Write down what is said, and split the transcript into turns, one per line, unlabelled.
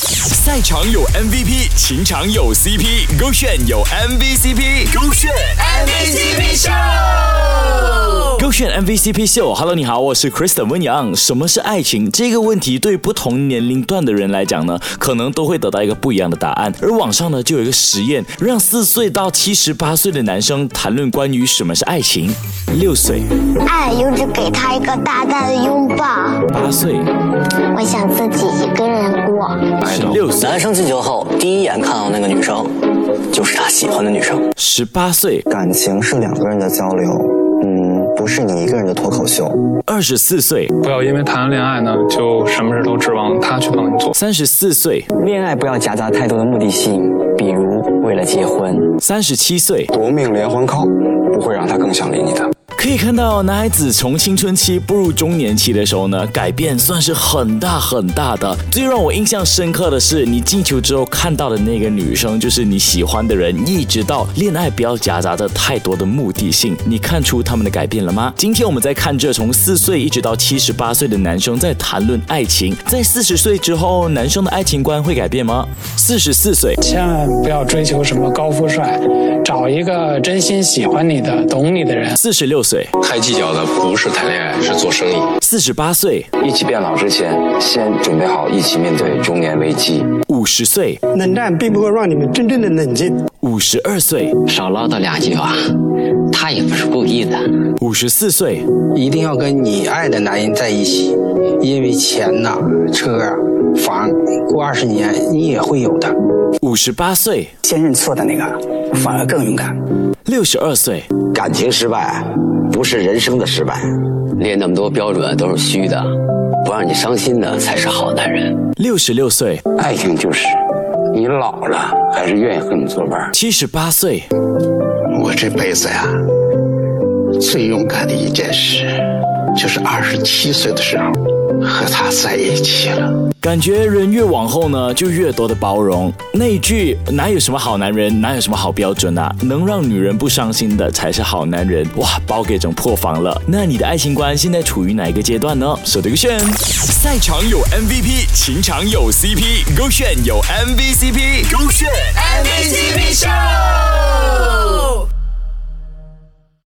赛场有 MVP，情场有 CP，勾选有 MVCp，勾选
MVCp 秀
勾选 MVCp 秀。Hello，你好，我是 Kristen 温阳。什么是爱情这个问题，对不同年龄段的人来讲呢，可能都会得到一个不一样的答案。而网上呢，就有一个实验，让四岁到七十八岁的男生谈论关于什么是爱情。六岁、
爱，又只给他一个大大的拥抱。
八岁、
我想自己一个人过。
十六岁、
男生进球后，第一眼看到那个女生，就是他喜欢的女生。
十八岁、
感情是两个人的交流，嗯，不是你一个人的脱口秀。
二十四岁、
不要因为谈了恋爱呢，就什么事都指望他去帮你做。
三十四岁、
恋爱不要夹杂太多的目的性，比如为了结婚。
三十七岁。
夺命连环 call，不会让他更想理你的。
可以看到，男孩子从青春期步入中年期的时候呢，改变算是很大很大的。最让我印象深刻的是，你进球之后看到的那个女生，就是你喜欢的人，一直到恋爱不要夹杂着太多的目的性。你看出他们的改变了吗？今天我们在看这从四岁一直到七十八岁的男生在谈论爱情，在四十岁之后，男生的爱情观会改变吗？四十四岁，
千万不要追求什么高富帅，找一个真心喜欢你的、懂你的人。
四十六岁，
太计较的不是谈恋爱，是做生意。
四十八岁，
一起变老之前，先准备好一起面对中年危机。
五十岁，
冷战并不会让你们真正的冷静。
五十二岁，
少唠叨两句吧，他也不是故意的。
五十四岁。
一定要跟你爱的男人在一起，因为钱呐、车啊、房，过二十年你也会有的。
五十八岁，
先认错的那个，反而更勇敢。
六十二岁，
感情失败，不是人生的失败。
列那么多标准都是虚的，不让你伤心的才是好男人。
六十六岁，
爱情就是，你老了还是愿意和你作伴。
七十八岁，
我这辈子呀，最勇敢的一件事，就是二十七岁的时候和他在一起了。
感觉人越往后呢，就越多的包容。那一句“哪有什么好男人，哪有什么好标准啊”，能让女人不伤心的才是好男人。哇，包给整破防了。那你的爱情观现在处于哪一个阶段呢？手对个炫。赛场有 MVP，情场有 CP，勾选有 MVCp，勾选
MVCp Show。